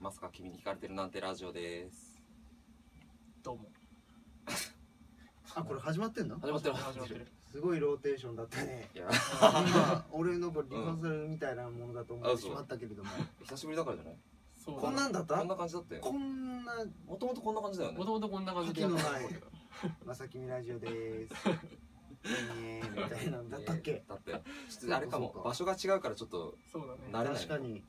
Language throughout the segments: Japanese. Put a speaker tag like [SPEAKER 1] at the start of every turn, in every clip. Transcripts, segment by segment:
[SPEAKER 1] まさか君に惹かれてるなんてラジオです。
[SPEAKER 2] どうも
[SPEAKER 3] あこれ始まってんの
[SPEAKER 1] 始まってる。
[SPEAKER 2] 始まってる
[SPEAKER 3] すごいローテーションだった ね
[SPEAKER 1] いや、
[SPEAKER 3] 今俺のこれリハーサルみたいなものだと思ってしまったけれども
[SPEAKER 1] 久しぶりだからじゃない
[SPEAKER 2] そう
[SPEAKER 3] こんなんだった
[SPEAKER 1] こんな感じだったよ。
[SPEAKER 3] こんな
[SPEAKER 1] もともとこんな感じだよね
[SPEAKER 2] も。ともとこんな感じでやってたと思うけど
[SPEAKER 3] まさきみラジオですねえみたいなんだった っけ
[SPEAKER 1] だって、ちょっとあれかも
[SPEAKER 3] そうかそう、か
[SPEAKER 1] 場所が違うからちょっと
[SPEAKER 2] そうだね
[SPEAKER 1] 慣れない。
[SPEAKER 3] 確かに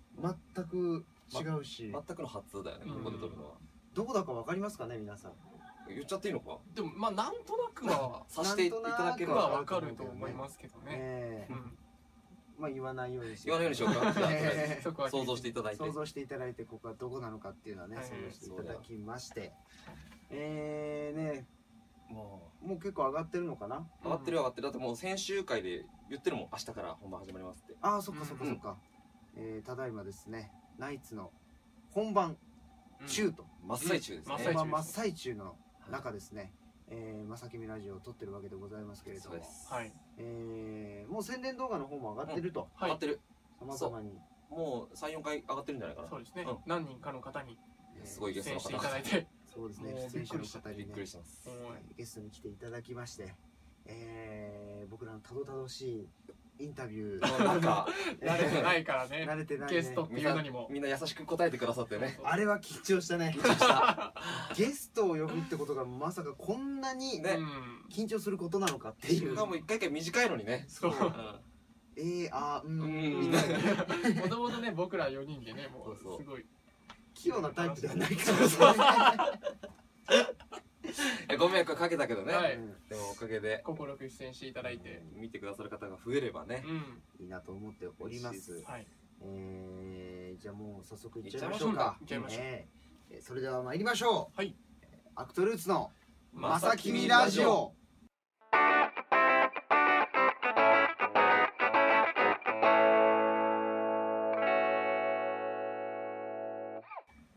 [SPEAKER 3] 全く違うし
[SPEAKER 1] 全くの初だよね、こ
[SPEAKER 2] うん
[SPEAKER 1] こで撮るのは。
[SPEAKER 3] どこだかわかりますかね皆さん
[SPEAKER 1] 言っちゃっていいのか
[SPEAKER 2] でもまあなんとなくは
[SPEAKER 1] さしていただけれ
[SPEAKER 2] 僕は
[SPEAKER 1] ば。
[SPEAKER 2] わかると思いますけど
[SPEAKER 3] ね
[SPEAKER 2] ね
[SPEAKER 3] え
[SPEAKER 2] うん
[SPEAKER 3] まあ言わないようにして
[SPEAKER 1] 言わないようにしよう か。じゃあとりあえ
[SPEAKER 3] ええ
[SPEAKER 2] そこは
[SPEAKER 1] ず想像していただいて。
[SPEAKER 3] 想像していただいてここはどこなのかっていうのはね
[SPEAKER 2] はい
[SPEAKER 3] 想像していただきましてえーね
[SPEAKER 1] も
[SPEAKER 3] もう結構上がってるのかな
[SPEAKER 1] う、上がってる上がってる。だってもう先週回で言ってるもん、明日から本番始まりますって。
[SPEAKER 3] ああそっかそっかそっか、えーただいまですねナイツの本番
[SPEAKER 2] うん
[SPEAKER 3] 中と、
[SPEAKER 1] 真っ最中ですね。
[SPEAKER 2] 真っ最
[SPEAKER 3] 本
[SPEAKER 2] 中
[SPEAKER 3] 番真っ最中の中ですね、えーまさきみラジオを撮ってるわけでございますけれど
[SPEAKER 1] そう
[SPEAKER 3] も
[SPEAKER 1] で、す。
[SPEAKER 2] はい
[SPEAKER 3] えーもう宣伝動画の方も上がってると、
[SPEAKER 1] 上
[SPEAKER 2] は
[SPEAKER 1] がっ
[SPEAKER 2] い
[SPEAKER 1] てる。
[SPEAKER 3] 様々に、
[SPEAKER 1] もう3、4回上がってるんじゃないかな
[SPEAKER 2] そう。ですね
[SPEAKER 1] うん
[SPEAKER 2] 何人かの方に
[SPEAKER 3] えー
[SPEAKER 1] すごいゲ
[SPEAKER 2] 出
[SPEAKER 1] スト
[SPEAKER 2] 演
[SPEAKER 1] の
[SPEAKER 2] してい
[SPEAKER 1] 方
[SPEAKER 2] ただいて
[SPEAKER 3] そうですね
[SPEAKER 2] もう
[SPEAKER 3] 出演者の
[SPEAKER 2] びっ
[SPEAKER 3] 方
[SPEAKER 1] びっ
[SPEAKER 3] に
[SPEAKER 1] くり
[SPEAKER 3] ね
[SPEAKER 1] してます。
[SPEAKER 2] おい
[SPEAKER 3] ゲストに来ていただきまして、えー僕らのたどたどしいインタビュー
[SPEAKER 1] なんか、
[SPEAKER 2] 慣れてないいからね
[SPEAKER 3] 慣れてない、ね、
[SPEAKER 2] ゲストっていうのにも
[SPEAKER 1] みんな優しく答えてくださってね。
[SPEAKER 3] あれは緊張したね
[SPEAKER 1] 緊張した。
[SPEAKER 3] ゲストを呼ぶってことがまさかこんなに
[SPEAKER 1] ね
[SPEAKER 2] うん
[SPEAKER 3] 緊張することなのかって
[SPEAKER 1] し
[SPEAKER 3] いう
[SPEAKER 1] かも一回一回短いのにね。
[SPEAKER 2] そう
[SPEAKER 1] うん
[SPEAKER 3] えー、あーう
[SPEAKER 1] う
[SPEAKER 3] ー
[SPEAKER 1] ん
[SPEAKER 3] んみたい な
[SPEAKER 2] もともとね僕ら4人でねもうす
[SPEAKER 1] そうそう
[SPEAKER 2] ごい
[SPEAKER 3] 器用なタイプではないからね
[SPEAKER 1] えご迷惑はかけたけどね。
[SPEAKER 2] はい
[SPEAKER 1] でもおかげで、
[SPEAKER 2] 心く出演していただいて
[SPEAKER 1] 見てくださる方が増えればね
[SPEAKER 2] う。ん
[SPEAKER 3] いいなと思っておりま
[SPEAKER 1] 嬉しい
[SPEAKER 3] す
[SPEAKER 2] はい
[SPEAKER 3] えー、じゃあもう早速いっちゃいましょう
[SPEAKER 2] 行
[SPEAKER 3] か
[SPEAKER 2] っちゃいましょう
[SPEAKER 3] えーえーそれでは参りましょう
[SPEAKER 2] はい
[SPEAKER 3] アクトルーツの「まさきみ
[SPEAKER 1] 君
[SPEAKER 3] ラジオ」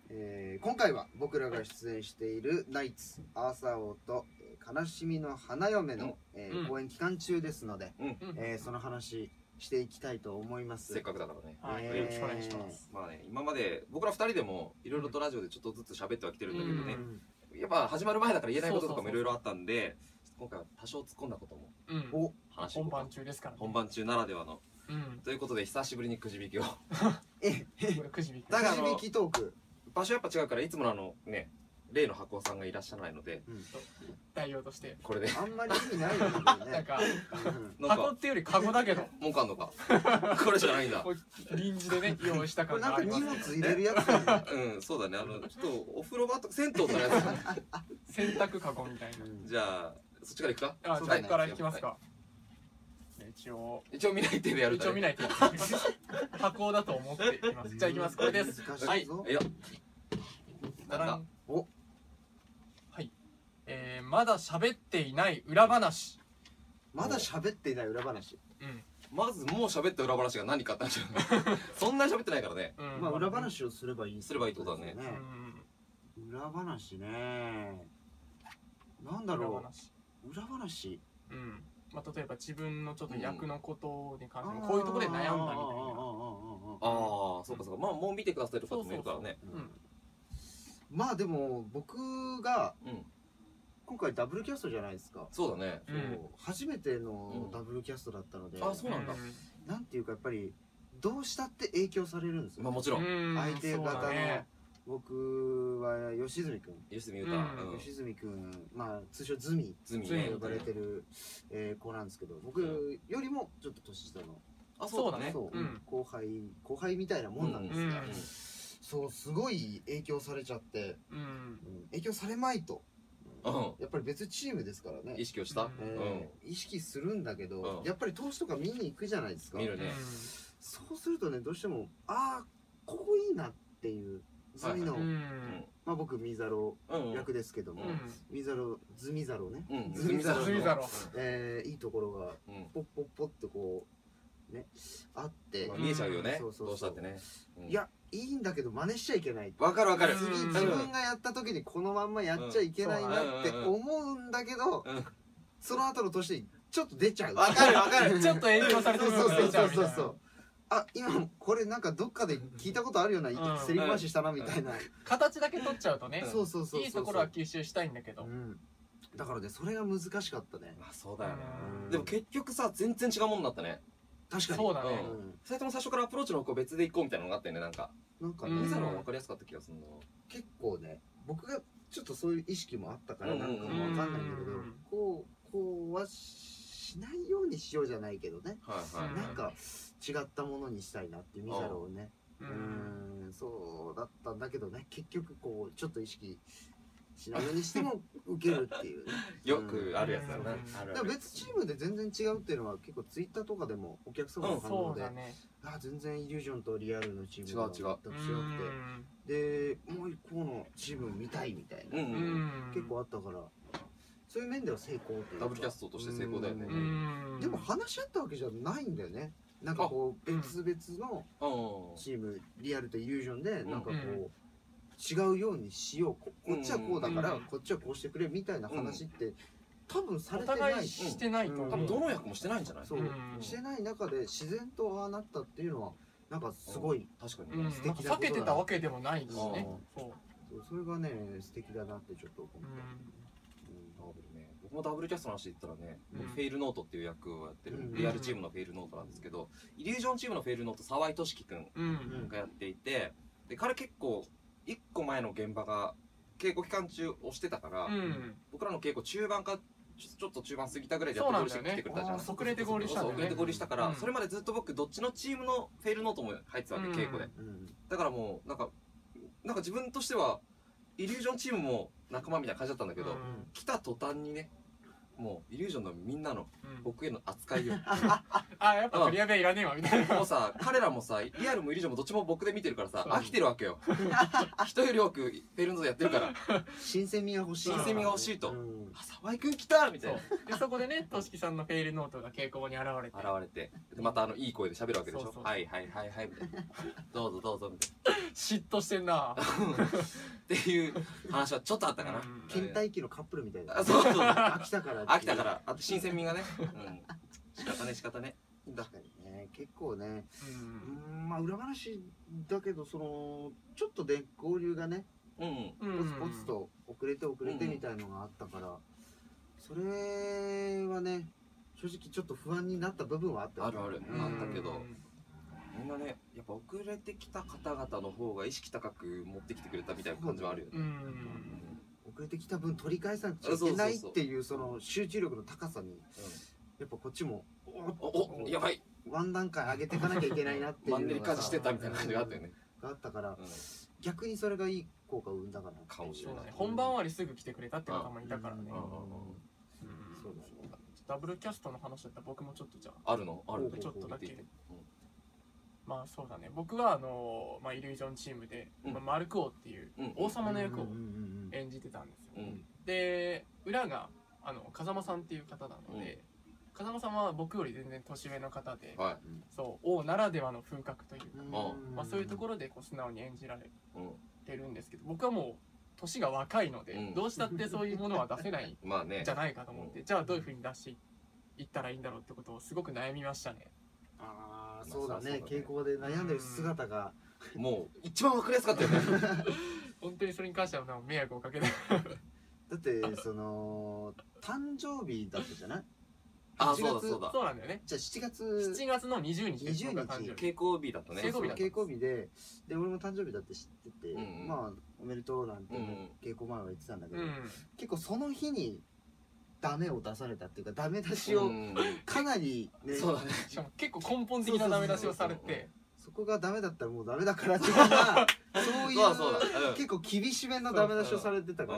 [SPEAKER 3] えー今回は僕らが出演しているナイツアーサー王とえー悲しみの花嫁の、えー
[SPEAKER 2] うん
[SPEAKER 3] 公演期間中ですので、
[SPEAKER 1] うん
[SPEAKER 2] うん
[SPEAKER 3] えーその話していきたいと思います
[SPEAKER 1] せっかくだからね。
[SPEAKER 2] はい
[SPEAKER 3] えー
[SPEAKER 2] よろしくお願いします
[SPEAKER 1] まあね、今まで僕ら二人でもいろいろとラジオでちょっとずつ喋ってはきてるんだけど
[SPEAKER 3] う
[SPEAKER 1] ね、
[SPEAKER 3] ん
[SPEAKER 1] やっぱ始まる前だから言えないこととか
[SPEAKER 2] そう
[SPEAKER 1] も
[SPEAKER 2] そうそう
[SPEAKER 1] いろいろあったんで、今回は多少突っ込んだことも
[SPEAKER 2] うん
[SPEAKER 3] お
[SPEAKER 1] 話してい
[SPEAKER 2] 本
[SPEAKER 1] こう
[SPEAKER 2] 番中ですからね
[SPEAKER 1] 本番中ならではの。
[SPEAKER 2] うん
[SPEAKER 1] ということで久しぶりにくじ引きを。
[SPEAKER 3] え
[SPEAKER 2] これくじ引き
[SPEAKER 1] だからあ
[SPEAKER 3] く
[SPEAKER 1] の
[SPEAKER 3] じ引きトーク
[SPEAKER 1] 場所やっぱ違うからいつものあのね、例の箱さんがいらっしゃらないので、
[SPEAKER 2] 代用として
[SPEAKER 1] これで。
[SPEAKER 3] あんまり意味ないよねこ れ
[SPEAKER 2] なん
[SPEAKER 3] ね、
[SPEAKER 2] か
[SPEAKER 3] うん
[SPEAKER 1] なん
[SPEAKER 2] 箱
[SPEAKER 1] か、
[SPEAKER 2] っていうよりカゴだけど
[SPEAKER 1] 文句あんのか。これじゃないんだ。
[SPEAKER 2] こう臨時でね用意した
[SPEAKER 3] こ
[SPEAKER 2] 感
[SPEAKER 3] れなん
[SPEAKER 2] があ
[SPEAKER 3] か
[SPEAKER 2] りま
[SPEAKER 3] 荷
[SPEAKER 2] す
[SPEAKER 3] 物入れるやつだよね
[SPEAKER 1] うん、そうだね。あの、ちょっとお風呂場とか、銭湯とかのやつだね。
[SPEAKER 2] 洗濯カゴみたい
[SPEAKER 1] じゃあ、そっちから行くか
[SPEAKER 2] なあそ
[SPEAKER 3] そ
[SPEAKER 2] うこ
[SPEAKER 3] だね
[SPEAKER 2] からいきます。かじゃあ一応
[SPEAKER 1] 一応見ない手でやる
[SPEAKER 2] 一応見ないと箱だと思っていきますじゃあいきますこれです
[SPEAKER 3] 難し
[SPEAKER 1] はい
[SPEAKER 3] いぞ、
[SPEAKER 1] いや、
[SPEAKER 2] ダダン
[SPEAKER 3] お
[SPEAKER 2] はいえーまだ喋っていない裏話
[SPEAKER 3] まだ喋っていない裏話
[SPEAKER 2] うん
[SPEAKER 1] まずもう喋った裏話が何かあったんじゃないそんなに喋ってないからね。
[SPEAKER 2] うん
[SPEAKER 3] まあ裏話をすればいい
[SPEAKER 1] すればいいってことだね
[SPEAKER 3] です
[SPEAKER 2] う
[SPEAKER 3] よ
[SPEAKER 2] ん
[SPEAKER 3] 裏話ねなんだ
[SPEAKER 2] 裏
[SPEAKER 3] ろ
[SPEAKER 2] 話
[SPEAKER 3] う裏話
[SPEAKER 2] うんまあ例えば自分のちょっと役のことに関して
[SPEAKER 3] あー
[SPEAKER 2] こういうところで悩んだみ
[SPEAKER 1] あ
[SPEAKER 3] あーあーあーあーあー
[SPEAKER 1] あ、そうかそうか。まあ、もう見てくださってる方もいるからね。
[SPEAKER 2] たいなうん
[SPEAKER 3] まあでも僕が
[SPEAKER 1] うん。
[SPEAKER 3] 今回ダブルキャストじゃないですか
[SPEAKER 1] そうだね。
[SPEAKER 2] うん
[SPEAKER 3] そう初めての
[SPEAKER 1] うん
[SPEAKER 3] ダブルキャストだったので、
[SPEAKER 1] あそうなんだ
[SPEAKER 3] なんていうかやっぱりどうしたって影響されるんですよ、
[SPEAKER 1] まあ、もちろん。
[SPEAKER 2] うん
[SPEAKER 3] 相手
[SPEAKER 2] そう
[SPEAKER 3] 方の、
[SPEAKER 2] だね
[SPEAKER 3] 僕は吉住君、
[SPEAKER 1] 吉住優太、
[SPEAKER 2] うん
[SPEAKER 3] 吉住君まあ通称ズミ
[SPEAKER 1] ズミ
[SPEAKER 2] ズミ
[SPEAKER 1] ね
[SPEAKER 3] と呼ばれてる、えー子なんですけど僕よりもちょっと年下の、
[SPEAKER 1] あ、そうだね。
[SPEAKER 3] そう、
[SPEAKER 2] うん
[SPEAKER 3] 後輩後輩みたいなもんなんですが、
[SPEAKER 2] うん
[SPEAKER 3] そうすごい影響されちゃって、
[SPEAKER 2] うん
[SPEAKER 3] うん影響されまいと、
[SPEAKER 1] うん
[SPEAKER 3] やっぱり別チームですからね
[SPEAKER 1] 意、識をした、
[SPEAKER 2] うん
[SPEAKER 3] えー意識するんだけど、
[SPEAKER 1] うん
[SPEAKER 3] やっぱり投資とか見に行くじゃないですか
[SPEAKER 1] 見るね
[SPEAKER 3] そうするとねどうしてもああここいいなっていうズミの、
[SPEAKER 1] は
[SPEAKER 2] う
[SPEAKER 1] うんん。
[SPEAKER 3] まあ僕ミザロ
[SPEAKER 1] うん。
[SPEAKER 3] 役ですけども、
[SPEAKER 2] うん
[SPEAKER 3] ミザロズミザロね、
[SPEAKER 1] うん。
[SPEAKER 3] ズミザロ
[SPEAKER 2] ズミザロ
[SPEAKER 3] えーいいところが
[SPEAKER 1] うん。
[SPEAKER 3] ポッポッポってこうねあって、
[SPEAKER 1] まあ見えちゃうよね。
[SPEAKER 3] うんそうそうそう
[SPEAKER 1] どうしたってね。うん
[SPEAKER 3] いやいいんだけど真似しちゃいけない
[SPEAKER 1] わかるわかる。
[SPEAKER 3] 次
[SPEAKER 2] うん
[SPEAKER 3] 自分がやった時にこのまんまやっちゃいけないなって
[SPEAKER 1] うん
[SPEAKER 3] 思うんだけど、
[SPEAKER 1] うん
[SPEAKER 3] その後の年にちょっと出ちゃう
[SPEAKER 1] わかるわかる。
[SPEAKER 2] ちょっと影響されて
[SPEAKER 3] そう
[SPEAKER 2] る
[SPEAKER 3] そうそうそうそう
[SPEAKER 2] う
[SPEAKER 3] あ今これなんかどっかで聞いたことあるような、
[SPEAKER 2] ん
[SPEAKER 3] セリフ回ししたなみたいな、
[SPEAKER 2] 形だけ取っちゃうとね
[SPEAKER 1] うん
[SPEAKER 3] そうそうそうそう
[SPEAKER 2] いいところは吸収したいんだけど
[SPEAKER 3] うん、だからねそれが難しかったね
[SPEAKER 1] まあそうだよね
[SPEAKER 3] うん
[SPEAKER 1] でも結局さ全然違うもんになったね
[SPEAKER 3] 確かに
[SPEAKER 2] そうだね
[SPEAKER 1] うん
[SPEAKER 3] ん
[SPEAKER 1] 二人とも最初からアプローチの方向別で行こうみたいなのがあったよねなんか
[SPEAKER 3] なんか
[SPEAKER 2] う
[SPEAKER 3] ね
[SPEAKER 2] ん
[SPEAKER 1] 水野の方が分かりやすかった気がするな
[SPEAKER 3] 結構ね僕がちょっとそういう意識もあったから
[SPEAKER 1] うんう
[SPEAKER 3] なんんかもわかんないんだけど
[SPEAKER 2] うん
[SPEAKER 3] こうこうはしないようにしようじゃないけどね
[SPEAKER 1] はいはい
[SPEAKER 3] なんか違ったものにしたいなってミザロをね
[SPEAKER 2] う
[SPEAKER 3] うんーんそうだったんだけどね結局こうちょっと意識しないようにしても受けるっていうね
[SPEAKER 1] よくあるやつだな
[SPEAKER 2] うん
[SPEAKER 1] ある
[SPEAKER 3] だから別チームで全然違うっていうのは結構ツイッターとかでもお客様の反
[SPEAKER 2] そ
[SPEAKER 3] 応
[SPEAKER 2] う
[SPEAKER 3] で、
[SPEAKER 2] だね
[SPEAKER 3] あ全然イリュージョンとリアルのチーム
[SPEAKER 1] 違う違う
[SPEAKER 2] う
[SPEAKER 3] 全く違く
[SPEAKER 2] ん
[SPEAKER 3] てでもう一個のチーム見たいみたいな、
[SPEAKER 1] うん
[SPEAKER 2] うん
[SPEAKER 3] 結構あったからそういう面では成功っていうか
[SPEAKER 1] ダブルキャストとして成功だよね
[SPEAKER 3] う
[SPEAKER 2] うんん
[SPEAKER 3] でも話し合ったわけじゃないんだよねなんかこう
[SPEAKER 2] あうん
[SPEAKER 3] 別々の、
[SPEAKER 1] うん
[SPEAKER 3] チームリアルとイリュージョンでなんかこう、
[SPEAKER 2] うん
[SPEAKER 3] 違うようにしようここっちはこうだから、
[SPEAKER 2] うん
[SPEAKER 3] こっちはこうしてくれみたいな話って、多分さ
[SPEAKER 2] お
[SPEAKER 3] れてな
[SPEAKER 2] 互
[SPEAKER 3] い
[SPEAKER 2] いしてないと
[SPEAKER 1] 多
[SPEAKER 2] 思
[SPEAKER 1] 分
[SPEAKER 2] う
[SPEAKER 1] どの役もしてないんじゃない
[SPEAKER 3] そう、
[SPEAKER 2] うん
[SPEAKER 3] してない中で自然とああなったっていうのはなんかすごい、
[SPEAKER 1] 確か
[SPEAKER 2] う
[SPEAKER 1] にね
[SPEAKER 2] んなんか
[SPEAKER 3] 素敵なことだ
[SPEAKER 2] 避けてたわけでもないしね
[SPEAKER 3] う
[SPEAKER 2] そう
[SPEAKER 3] そうそれがね素敵だなってちょっと思った、
[SPEAKER 1] ダブルね僕もダブルキャストの話で言ったらね、
[SPEAKER 2] うん
[SPEAKER 1] 僕フェイルノートっていう役をやってる、
[SPEAKER 3] うん
[SPEAKER 1] リアルチームのフェイルノートなんですけど、イリュージョンチームのフェイルノート沢井俊樹くん
[SPEAKER 2] うん
[SPEAKER 3] ん
[SPEAKER 1] がやっていてで彼結構1個前の現場が稽古期間中押してたから、
[SPEAKER 2] うん
[SPEAKER 1] 僕らの稽古中盤かちょちょっと中盤過ぎたぐらいでや
[SPEAKER 2] そう
[SPEAKER 1] っ
[SPEAKER 2] な
[SPEAKER 1] て合
[SPEAKER 2] んだ
[SPEAKER 1] 流
[SPEAKER 2] よ
[SPEAKER 1] してきて
[SPEAKER 2] ね
[SPEAKER 1] くれたじゃない
[SPEAKER 2] 遅れて合流したん
[SPEAKER 1] そう
[SPEAKER 2] だ
[SPEAKER 1] 遅
[SPEAKER 2] よ
[SPEAKER 1] れて
[SPEAKER 2] ね
[SPEAKER 1] 合流したから、
[SPEAKER 2] うん
[SPEAKER 1] それまでずっと僕どっちのチームのフェイルノートも入ってたわけ、
[SPEAKER 2] うん
[SPEAKER 1] 稽古で
[SPEAKER 3] うん
[SPEAKER 1] だからもうなんかなんか自分としてはイリュージョンチームも仲間みたいな感じだったんだけど、
[SPEAKER 2] うん
[SPEAKER 1] 来た途端にねもうイリュージョンのみんなの
[SPEAKER 2] うん
[SPEAKER 1] 僕への扱いを
[SPEAKER 2] あやっぱクリア部屋いらねえわみたい
[SPEAKER 1] も
[SPEAKER 2] な
[SPEAKER 1] うさ 彼らもさリアルもイリュージョンもどっちも僕で見てるからさ
[SPEAKER 2] そう
[SPEAKER 1] 飽きてるわけよ人より多くペルンゾーやってる から
[SPEAKER 3] 新鮮味が欲しい
[SPEAKER 2] 新鮮味
[SPEAKER 1] が欲しいと
[SPEAKER 3] うん
[SPEAKER 1] 「あ沢井くん来た!」みた
[SPEAKER 2] そ
[SPEAKER 1] いうな
[SPEAKER 2] でそこでねとしきさんのフェイルノートが稽古場に現れて
[SPEAKER 1] 現れてでまたあのいい声で喋るわけでし
[SPEAKER 2] そう
[SPEAKER 1] ょ
[SPEAKER 2] そ
[SPEAKER 1] 「
[SPEAKER 2] う
[SPEAKER 1] はいはいはいはい」みたいな「どうぞどうぞ」みたい
[SPEAKER 2] 嫉妬してん
[SPEAKER 1] な っ
[SPEAKER 2] な
[SPEAKER 1] ていう話はちょっとあったかな
[SPEAKER 2] うん
[SPEAKER 3] 倦怠期のカップルみたいな
[SPEAKER 1] あそうそう
[SPEAKER 3] 飽きたからっていう
[SPEAKER 1] 飽きたからあと新鮮味がねうん仕方ね仕方ねだ
[SPEAKER 3] 確かにね結構ね
[SPEAKER 2] う
[SPEAKER 3] うんんまあ裏話だけどそのちょっとで合流がね
[SPEAKER 1] うん
[SPEAKER 2] うん
[SPEAKER 3] ポツポツと遅れて遅れてみたいのがあったから、それはね正直ちょっと不安になった部分はあったよね
[SPEAKER 1] あるある
[SPEAKER 2] うん
[SPEAKER 1] あったけど
[SPEAKER 2] うん
[SPEAKER 1] みんなねやっぱ遅れてきた方々の方が意識高く持ってきてくれたみたいな感じはあるよね
[SPEAKER 2] うん
[SPEAKER 3] 遅れてきた分取り返さなくちゃいけないっていうその集中力の高さにやっぱこっちも
[SPEAKER 1] おおやばい
[SPEAKER 3] ワン段階上げていかなきゃいけないなっていう
[SPEAKER 1] マンネリ
[SPEAKER 3] のが
[SPEAKER 1] 化
[SPEAKER 3] さ
[SPEAKER 1] してたみたいな感じがあったよね、
[SPEAKER 3] があったから
[SPEAKER 1] うん
[SPEAKER 3] 逆にそれがいい効果を生んだかな
[SPEAKER 1] かもし
[SPEAKER 2] そ
[SPEAKER 1] れ
[SPEAKER 2] うだ
[SPEAKER 1] ない
[SPEAKER 2] ね本番終わりすぐ来てくれたって方もいたからね
[SPEAKER 1] うん
[SPEAKER 2] うん
[SPEAKER 3] そうだね
[SPEAKER 2] ダブルキャストの話だったら僕もちょっとじゃあ
[SPEAKER 1] あるのあるの
[SPEAKER 3] ほう
[SPEAKER 2] ちょっと
[SPEAKER 1] 言
[SPEAKER 2] だ
[SPEAKER 1] っ
[SPEAKER 2] け
[SPEAKER 1] て
[SPEAKER 2] まあそうだね僕はあの、まあ、イリュージョンチームで、
[SPEAKER 1] うん
[SPEAKER 2] まあ、マルク王っていう
[SPEAKER 1] うん
[SPEAKER 2] 王様の役を
[SPEAKER 3] うんうんうん
[SPEAKER 2] 演じてたんですよ、
[SPEAKER 1] うん
[SPEAKER 2] で裏があの風間さんっていう方なので、風間さんは僕より全然年上の方で、
[SPEAKER 1] はい
[SPEAKER 2] そう王ならではの風格というか、
[SPEAKER 3] うん
[SPEAKER 1] あ
[SPEAKER 2] まあ、そういうところでこう素直に演じられ
[SPEAKER 1] うん
[SPEAKER 2] てるんですけど僕はもう年が若いので、
[SPEAKER 1] うん
[SPEAKER 2] どうしたってそういうものは出せないん
[SPEAKER 1] まあね
[SPEAKER 2] じゃないかと思 って、じゃあどういうふうに出していったらいいんだろうってことをすごく悩みましたね。
[SPEAKER 3] あ
[SPEAKER 1] まあ
[SPEAKER 3] あそう
[SPEAKER 1] そ
[SPEAKER 3] だ
[SPEAKER 1] うだ
[SPEAKER 3] ね
[SPEAKER 1] ね
[SPEAKER 3] 傾向で悩んでる姿が
[SPEAKER 1] もう一番わかりやすかったよね
[SPEAKER 2] 本当にそれに関してはもう迷惑をかけない
[SPEAKER 3] だってその誕生日だったじゃない
[SPEAKER 1] あそうだ
[SPEAKER 3] 8月
[SPEAKER 1] そうだ
[SPEAKER 2] そうなんだよね
[SPEAKER 3] じゃあ7月
[SPEAKER 2] 7月の20日です
[SPEAKER 3] 20日
[SPEAKER 2] 僕が誕生日
[SPEAKER 1] 稽古日だったね
[SPEAKER 2] 稽古日だった
[SPEAKER 3] 稽古日でで俺も誕生日だって知ってて、
[SPEAKER 1] うんうん
[SPEAKER 3] まあおめでとうなんて、
[SPEAKER 1] うんうん
[SPEAKER 3] 稽古前は言ってたんだけ
[SPEAKER 2] う
[SPEAKER 3] ど、
[SPEAKER 2] ん
[SPEAKER 3] 結構その日にダメを出されたっていうかダメ出し
[SPEAKER 1] そう
[SPEAKER 3] を
[SPEAKER 1] だうん
[SPEAKER 3] かなりね、
[SPEAKER 1] そうだね
[SPEAKER 2] しかも結構根本的なダメ出しをされて
[SPEAKER 3] そこがダメだったらもうダメだからっていうよ うなそういう
[SPEAKER 1] そうだそうだうん
[SPEAKER 3] 結構厳しめのダメ出しをされてたか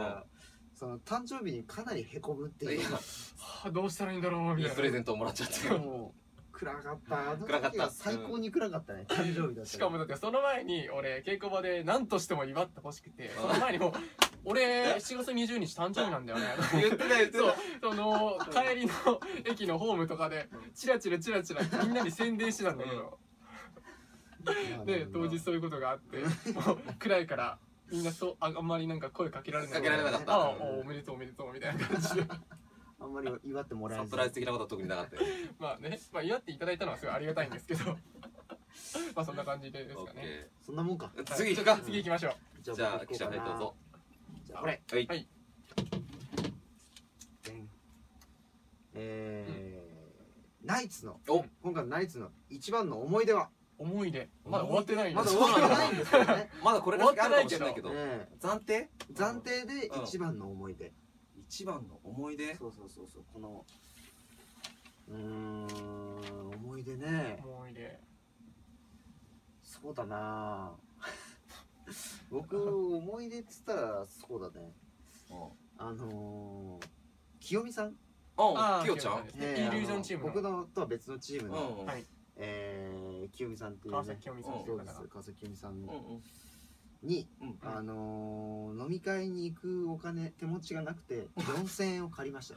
[SPEAKER 1] そうそう
[SPEAKER 3] らその誕生日にかなりへこむっていうか
[SPEAKER 2] はあどうしたらいいんだろう
[SPEAKER 1] い
[SPEAKER 2] み
[SPEAKER 1] い
[SPEAKER 2] た
[SPEAKER 1] プレ
[SPEAKER 2] い
[SPEAKER 1] ゼントをもらっちゃった
[SPEAKER 3] で
[SPEAKER 1] よ
[SPEAKER 3] も暗かったあの
[SPEAKER 1] 暗かっ
[SPEAKER 3] 時
[SPEAKER 1] た
[SPEAKER 3] は最高に暗かったね誕生日だったら
[SPEAKER 2] なしかもだってその前に俺稽古場で何としても祝ってほしくてその前にもう「俺7月20日誕生日なんだよね」
[SPEAKER 1] 言ってた言って
[SPEAKER 2] そうその帰りの駅のホームとかでチラチラチラチラみんなに宣伝してたんだけど
[SPEAKER 3] まあ
[SPEAKER 2] で当日そういうことがあってもう暗いからみんなそうああんまりなんか声かけられな
[SPEAKER 1] か
[SPEAKER 2] い
[SPEAKER 1] けられなかった
[SPEAKER 2] ああおおめでとうおめでとうみたいな感 じで
[SPEAKER 3] あんまり祝っても
[SPEAKER 1] た
[SPEAKER 3] ら
[SPEAKER 1] サ
[SPEAKER 3] えず
[SPEAKER 1] プライズ的なことは特になかったよ
[SPEAKER 2] まあね、まあ、祝っていただいたのはすごいありがたいんですけど まあそんな感じでです
[SPEAKER 1] オ
[SPEAKER 2] か
[SPEAKER 1] ッ
[SPEAKER 2] ね
[SPEAKER 1] ケ
[SPEAKER 3] そんなもんか
[SPEAKER 1] ー。次行くか。
[SPEAKER 2] 次行きましょう
[SPEAKER 3] じ
[SPEAKER 1] じゃあ、
[SPEAKER 3] 僕
[SPEAKER 1] 記
[SPEAKER 3] 行こ
[SPEAKER 1] 者
[SPEAKER 3] うか
[SPEAKER 1] はい、どう
[SPEAKER 3] な
[SPEAKER 1] ぞ。
[SPEAKER 3] じゃあこれ
[SPEAKER 1] はい。
[SPEAKER 2] はい
[SPEAKER 3] えーナイツの
[SPEAKER 1] お
[SPEAKER 3] 今回のナイツの一番の思い出は
[SPEAKER 2] 思い出まだ終わってないん
[SPEAKER 3] ま
[SPEAKER 2] で
[SPEAKER 3] だ
[SPEAKER 2] す
[SPEAKER 3] 終わってないんですよね
[SPEAKER 1] まだこれがあるかもしれないけど。
[SPEAKER 3] ええ
[SPEAKER 1] 暫定
[SPEAKER 3] 暫定で一番の思い出
[SPEAKER 1] 一番の思い出
[SPEAKER 3] そうそうそうそうこのうーん思い出ね
[SPEAKER 2] 思い出
[SPEAKER 3] そうだな僕思い出っつったらそうだね
[SPEAKER 1] うん。
[SPEAKER 3] あのー、清美さん、
[SPEAKER 1] あきよちゃん
[SPEAKER 2] 清美さですねイリュージョンチーム
[SPEAKER 3] あの僕
[SPEAKER 2] の
[SPEAKER 3] のとは別のチーム
[SPEAKER 1] うん。
[SPEAKER 3] の、
[SPEAKER 1] うん
[SPEAKER 2] はい
[SPEAKER 3] えー、清美さんっていう
[SPEAKER 2] 川
[SPEAKER 3] ね
[SPEAKER 2] 崎清美さんとい
[SPEAKER 3] そうう
[SPEAKER 2] 方
[SPEAKER 3] です
[SPEAKER 2] が
[SPEAKER 3] 川崎清美さん
[SPEAKER 1] うん。
[SPEAKER 3] に、
[SPEAKER 1] うん。
[SPEAKER 2] うん
[SPEAKER 3] あのー、飲み会に行くお金手持ちがなくて4000円を借りました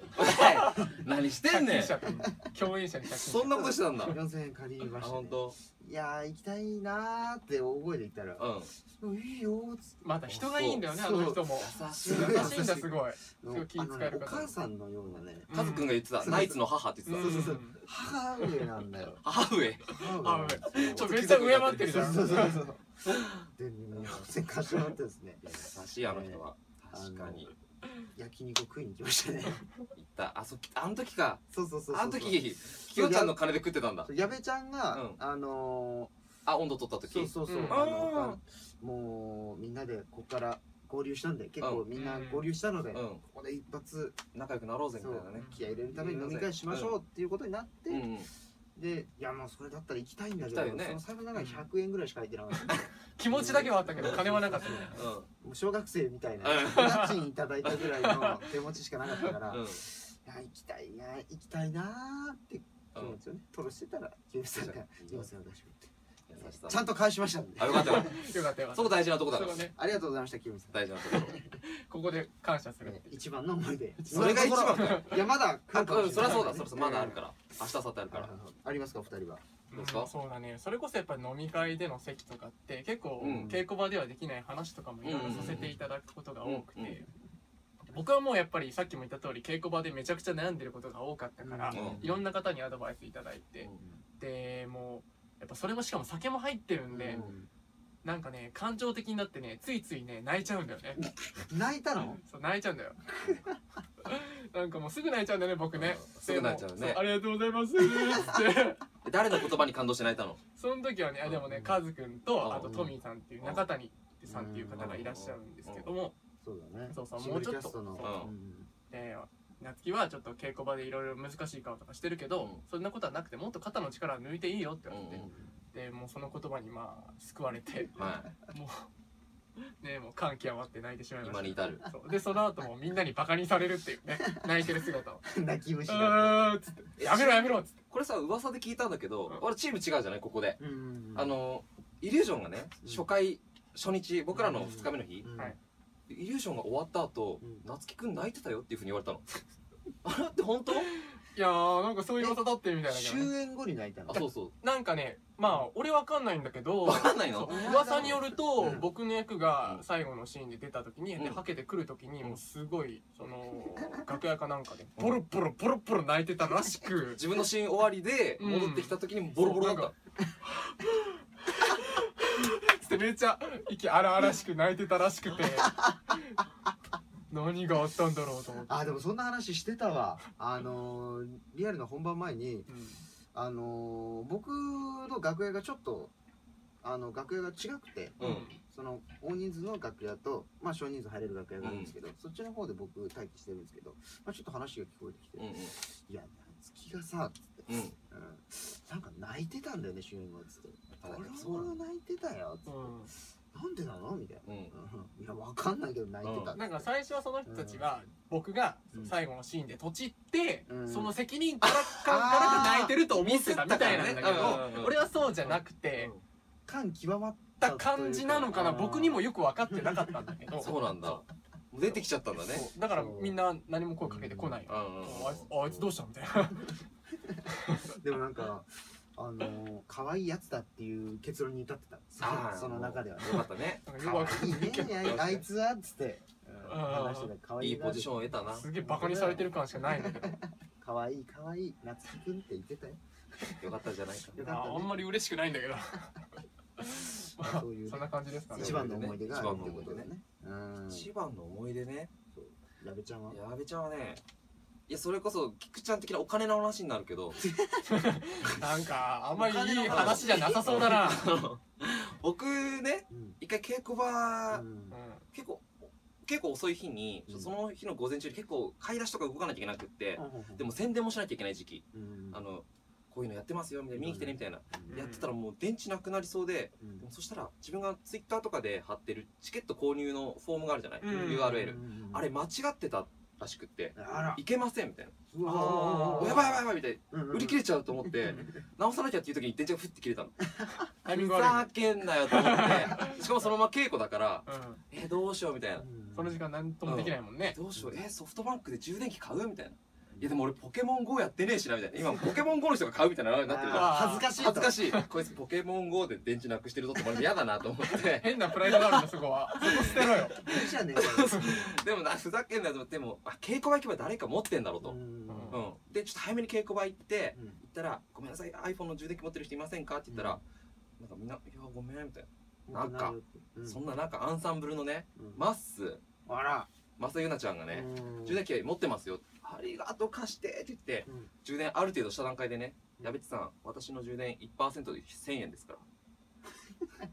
[SPEAKER 1] おい 何してんね
[SPEAKER 2] 借金
[SPEAKER 1] ん
[SPEAKER 2] 者と共演者に借金
[SPEAKER 1] そんなことしてたんだ。
[SPEAKER 3] 4000円借りま
[SPEAKER 1] あ、
[SPEAKER 3] した、
[SPEAKER 1] 本
[SPEAKER 3] ね、
[SPEAKER 1] 当。
[SPEAKER 3] いやー行きたいなーって大声で言ったら
[SPEAKER 1] うん。
[SPEAKER 3] 「うんいいよ」っつって
[SPEAKER 2] また人がいいんだよねあ
[SPEAKER 3] そう
[SPEAKER 2] の人も優
[SPEAKER 3] ごい
[SPEAKER 2] しいんだすごい
[SPEAKER 3] あの
[SPEAKER 2] すごい気遣える方
[SPEAKER 3] お母さんのようなね
[SPEAKER 1] カズくんが言ってた、
[SPEAKER 3] うん
[SPEAKER 1] ナイツの母って言っ
[SPEAKER 2] うん
[SPEAKER 1] て
[SPEAKER 3] そうそう母上なんだよ
[SPEAKER 1] た。母上。
[SPEAKER 3] 母上なんですよ
[SPEAKER 2] ちょっとめっちゃ敬ってるじ
[SPEAKER 3] そう
[SPEAKER 2] ゃん
[SPEAKER 3] そうそうそう。で、せっかくなってですね、
[SPEAKER 1] 優しい、あの人は。確かに。
[SPEAKER 3] 焼肉を食いに行きましたね。
[SPEAKER 1] 言った。あそ、あの時か。
[SPEAKER 3] そうそうそうそう。
[SPEAKER 1] あの時、きよちゃんの金で食ってたんだ
[SPEAKER 3] そ。う、矢部ちゃんが、
[SPEAKER 1] うん
[SPEAKER 3] あの
[SPEAKER 1] あ、温度取った
[SPEAKER 3] ー、そう
[SPEAKER 1] 時。
[SPEAKER 3] そうそう、
[SPEAKER 2] うん
[SPEAKER 3] あ
[SPEAKER 1] あ
[SPEAKER 3] のもうみんなでここから合流したんで、結構みんな合流したので、
[SPEAKER 1] う
[SPEAKER 3] こ
[SPEAKER 1] ん。
[SPEAKER 3] こで一発
[SPEAKER 1] 仲良くなろうぜみたいなね。
[SPEAKER 3] 気合い入れるために飲み会しましょうっていうことになって、
[SPEAKER 1] うんうん。
[SPEAKER 3] で、いやもうそれだったら行きたいんだけど、
[SPEAKER 1] 行きたいよね
[SPEAKER 3] その財布の中に100円ぐらいしか入ってなかった。
[SPEAKER 2] 気持ちだけはあったけど金はなかった
[SPEAKER 3] そうそうそう
[SPEAKER 1] うん。
[SPEAKER 3] もう小学生みたいな
[SPEAKER 1] うん
[SPEAKER 3] 家賃いただいたぐらいの手持ちしかなかったから、
[SPEAKER 1] う
[SPEAKER 3] い
[SPEAKER 1] ん。
[SPEAKER 3] や行きたいな行きたいなーって気持ちをね吐露してたら清水さんが要請を出してくれ
[SPEAKER 1] 優してさ
[SPEAKER 3] ちゃんと返しましたんで
[SPEAKER 1] あ、よかったよ。
[SPEAKER 2] よかった よかった
[SPEAKER 1] そこ大事なとこだか
[SPEAKER 2] そ
[SPEAKER 1] ら
[SPEAKER 2] こ。ね
[SPEAKER 3] ありがとうございました清水さん
[SPEAKER 1] 大事なとこ ろ。
[SPEAKER 2] ここで感謝する
[SPEAKER 3] えー一番の思い出
[SPEAKER 1] それが一番だよ。
[SPEAKER 3] いやまだ
[SPEAKER 1] あ、
[SPEAKER 3] 来るかも
[SPEAKER 1] う
[SPEAKER 3] し
[SPEAKER 1] ん、
[SPEAKER 3] れ
[SPEAKER 1] そり
[SPEAKER 3] ない
[SPEAKER 1] ゃそうだ、そりゃそう、まだあるからら。明日、明後日あるから。
[SPEAKER 3] ありますかお二人は
[SPEAKER 1] どうですか
[SPEAKER 2] うんそうだねそれこそやっぱり飲み会での席とかって結構
[SPEAKER 1] うん
[SPEAKER 2] 稽古場ではできない話とかもいろいろさせていただくことが多く
[SPEAKER 1] うんうんう
[SPEAKER 2] て僕はもうやっぱりさっきも言った通り稽古場でめちゃくちゃ悩んでることが多かったから
[SPEAKER 1] うん
[SPEAKER 2] いろんな方にアドバイスいただいてでもうやっぱそれもしかも酒も入ってるんでなんかね感情的になってねついついね泣いちゃうんだよね
[SPEAKER 3] 泣いたの
[SPEAKER 2] そう泣いちゃうんだよ なんかもうすぐ泣いちゃうんだよね僕ね
[SPEAKER 1] うんすぐ泣いちゃうね
[SPEAKER 2] でもそありがとうございますーって
[SPEAKER 1] 誰の言葉に感動して泣いたの
[SPEAKER 2] その時はね、あでも
[SPEAKER 3] う
[SPEAKER 2] ね
[SPEAKER 3] ん、
[SPEAKER 2] カズくん
[SPEAKER 1] うん
[SPEAKER 2] と、あとトミーさんっていうう、
[SPEAKER 1] ん
[SPEAKER 2] 中谷さんっていう方がいらっしゃるんですけども、
[SPEAKER 3] そうだね
[SPEAKER 2] そうそう
[SPEAKER 3] シングル
[SPEAKER 2] もうちょっ
[SPEAKER 3] キ
[SPEAKER 2] と
[SPEAKER 3] ャストの
[SPEAKER 1] う
[SPEAKER 2] えー夏希はちょっと稽古場でいろいろ難しい顔とかしてるけど、
[SPEAKER 1] うん
[SPEAKER 2] そんなことはなくてもっと肩の力抜いていいよって言われて、
[SPEAKER 1] うん
[SPEAKER 2] でもうその言葉にまあ救われて
[SPEAKER 1] は
[SPEAKER 2] もうねもう感極まって泣いてしまい
[SPEAKER 1] い。今
[SPEAKER 2] ま
[SPEAKER 1] に
[SPEAKER 2] し
[SPEAKER 1] 至る。
[SPEAKER 2] たそうでその後もみんなにバカにされるっ ていうね泣いてる姿を
[SPEAKER 3] うん 泣き
[SPEAKER 2] 「う
[SPEAKER 3] 虫だ
[SPEAKER 2] ー
[SPEAKER 3] っ
[SPEAKER 2] っつ って「やめろやめろ」っつって
[SPEAKER 1] これさ、噂で聞いたんだけど、
[SPEAKER 2] うん
[SPEAKER 1] 俺チーム違うじゃないここで。
[SPEAKER 3] たうん
[SPEAKER 1] あの、イリュージョンがね、
[SPEAKER 3] うん
[SPEAKER 1] 初回、初日、僕らの2日目の日
[SPEAKER 3] う、ん
[SPEAKER 2] はい
[SPEAKER 1] イリュージョンが終わった後
[SPEAKER 3] うん、
[SPEAKER 1] 夏希くん泣いてたよっていうふうに言われたの。あれって本当
[SPEAKER 2] いやーなんかそういう噂だってみたいなけどね
[SPEAKER 3] 終演後に泣いたの
[SPEAKER 1] あ、そうそう。
[SPEAKER 2] なんかねまあ俺わかんないんだけど
[SPEAKER 1] わかんないの
[SPEAKER 2] そう噂によると、
[SPEAKER 3] うん
[SPEAKER 2] 僕の役が最後のシーンで出た時に、
[SPEAKER 1] う
[SPEAKER 2] で
[SPEAKER 1] ん
[SPEAKER 2] はけてくる時にもうすごいその 楽屋かなんかで
[SPEAKER 1] うん
[SPEAKER 2] ボロボロボロボロ泣いてたらしく
[SPEAKER 1] 自分のシーン終わりで、
[SPEAKER 2] うん
[SPEAKER 1] 戻ってきた時にボロボロだった。
[SPEAKER 2] つってめっちゃ息荒々しく泣いてたら しくて何があったんだろうと思って。
[SPEAKER 3] あでもそんな話してたわあのーリアルの本番前に
[SPEAKER 2] うん
[SPEAKER 3] あのー僕の楽屋がちょっとあの楽屋が違くて
[SPEAKER 1] うん。
[SPEAKER 3] その大人数の楽屋と、まあ、少人数入れる楽屋があるんですけど、そっちの方で僕待機してるんですけど、まあ、ちょっと話が聞こえてきて「
[SPEAKER 1] うん
[SPEAKER 3] いや夏希がさ」つって、
[SPEAKER 1] うん。うん。
[SPEAKER 3] うんなんか泣いてたんだよね主演後つって「
[SPEAKER 1] あ
[SPEAKER 3] 俺
[SPEAKER 1] そうな
[SPEAKER 3] も泣いてたよ」つって、なんでなの?」みたいな
[SPEAKER 1] うん。うん。
[SPEAKER 3] うん「いやわかんないけど泣いてた」
[SPEAKER 1] う
[SPEAKER 2] なんか最初はその人たちは僕が
[SPEAKER 3] うん
[SPEAKER 2] 最後のシーンでとちって、
[SPEAKER 3] うん
[SPEAKER 2] その責任からからか泣いてると思ってたみたいなんだけど、
[SPEAKER 1] うんうんうん
[SPEAKER 2] 俺はそうじゃなくて、
[SPEAKER 3] 感極まっ
[SPEAKER 2] った感じなのかな
[SPEAKER 3] うん
[SPEAKER 2] 僕にもよく分かってなかったんだけど
[SPEAKER 1] そうなんだ。もう出てきちゃったんだね。
[SPEAKER 2] そうだからみんな何も声かけてこないよ
[SPEAKER 1] うんうん
[SPEAKER 2] あいつあいつどうしたみたいな
[SPEAKER 3] でもなんかあのー可愛いやつだっていう結論に至ってたそ
[SPEAKER 1] あー
[SPEAKER 3] のその中ではね
[SPEAKER 1] よかったね。
[SPEAKER 2] なんかよく
[SPEAKER 3] 可
[SPEAKER 2] わかん
[SPEAKER 3] 愛い
[SPEAKER 2] ないけど
[SPEAKER 3] ねあいあいつはっつって、うん
[SPEAKER 2] あー
[SPEAKER 3] 話してた可愛
[SPEAKER 1] いい
[SPEAKER 3] いな
[SPEAKER 1] ポジションを得たな。
[SPEAKER 2] すげえバカにされてる感しかないんだけど
[SPEAKER 3] 可愛い可愛い夏希くんって言ってたよ。
[SPEAKER 1] よかったじゃないかな
[SPEAKER 3] よかったね
[SPEAKER 2] ああんまり嬉しくないんだけどまあ
[SPEAKER 3] そういう
[SPEAKER 2] そんな感じですかね
[SPEAKER 3] 一番の思い出があるって
[SPEAKER 1] 一番の思い
[SPEAKER 3] こと
[SPEAKER 1] 出
[SPEAKER 3] で
[SPEAKER 1] ね
[SPEAKER 3] ね。うん。
[SPEAKER 1] 一番の思い出ね
[SPEAKER 3] 矢部ちゃんは。
[SPEAKER 1] 矢部ちゃんはねいやそれこそ菊ちゃん的なお金の話になるけど
[SPEAKER 2] なんかあんまりいい話じゃなさそうだな、
[SPEAKER 1] あの僕ね
[SPEAKER 3] うん。
[SPEAKER 1] 一回稽古
[SPEAKER 3] う
[SPEAKER 1] 場、
[SPEAKER 3] ん
[SPEAKER 2] う
[SPEAKER 1] 結構結構遅い日に、
[SPEAKER 3] うん
[SPEAKER 1] その日の午前中に結構買い出しとか動かなきゃいけなくって、でも宣伝もしなきゃいけない時期、
[SPEAKER 3] うん、
[SPEAKER 1] あのこういうのやってますよみたいな見に来てねみたいな、
[SPEAKER 2] うん
[SPEAKER 1] やってたらもう電池なくなりそうで
[SPEAKER 3] うん、
[SPEAKER 1] でもそしたら自分がツイッターとかで貼ってるチケット購入のフォームがあるじゃない、
[SPEAKER 2] うん
[SPEAKER 1] URL
[SPEAKER 3] うん
[SPEAKER 1] あれ、間違ってたらしくって
[SPEAKER 3] あら
[SPEAKER 1] い、けませんみたいな
[SPEAKER 3] うわ
[SPEAKER 2] あー
[SPEAKER 1] やばいやばいやばいみたいな売り切
[SPEAKER 3] れ
[SPEAKER 1] れちゃうと思って
[SPEAKER 2] ん
[SPEAKER 1] 直さなきゃっていう時に電池がふって切れたの
[SPEAKER 2] タイミン
[SPEAKER 1] ふ
[SPEAKER 2] グ悪
[SPEAKER 1] ざけんなよと思 ってしかもそのまま稽古だから
[SPEAKER 2] い、うん、
[SPEAKER 1] えーどうしようみたいな
[SPEAKER 2] その時間何ともできないもんね、
[SPEAKER 1] どうしようえーソフトバンクで充電器買うみたいないやでも俺ポケモン GO やってねえしなみたいな今ポケモン GO の人が買うみたいな流れになってるじゃん
[SPEAKER 2] あー
[SPEAKER 3] 恥ずかしい
[SPEAKER 1] 恥ずか
[SPEAKER 3] い
[SPEAKER 1] しいこいつポケモン GO で電池なくしてるぞって思われて嫌だなと思 って
[SPEAKER 2] 変なプライドがあるんだそこはそこ捨てろよ
[SPEAKER 3] いいじゃね
[SPEAKER 1] でもなふざけんなよと思ってでもあ稽古場行けば誰か持ってんだろう
[SPEAKER 3] えか
[SPEAKER 1] と、うん
[SPEAKER 2] ん
[SPEAKER 1] でちょっと早めに稽古場行って
[SPEAKER 3] うん
[SPEAKER 1] 行ったら「ごめんなさい iPhone の充電器持ってる人いませんか?」って言ったら、なんかみんな「いやごめん」みたいな、なんか
[SPEAKER 3] うん
[SPEAKER 1] そんななんかアンサンブルのね
[SPEAKER 3] うん
[SPEAKER 1] マッス
[SPEAKER 3] あら
[SPEAKER 1] マサユナちゃんがね、
[SPEAKER 3] うん
[SPEAKER 1] 充電器持ってますよありがとう貸してって言って
[SPEAKER 3] うん
[SPEAKER 1] 充電ある程度した段階でね「
[SPEAKER 3] うん
[SPEAKER 1] 矢部さん私の充電1%で1000円ですから」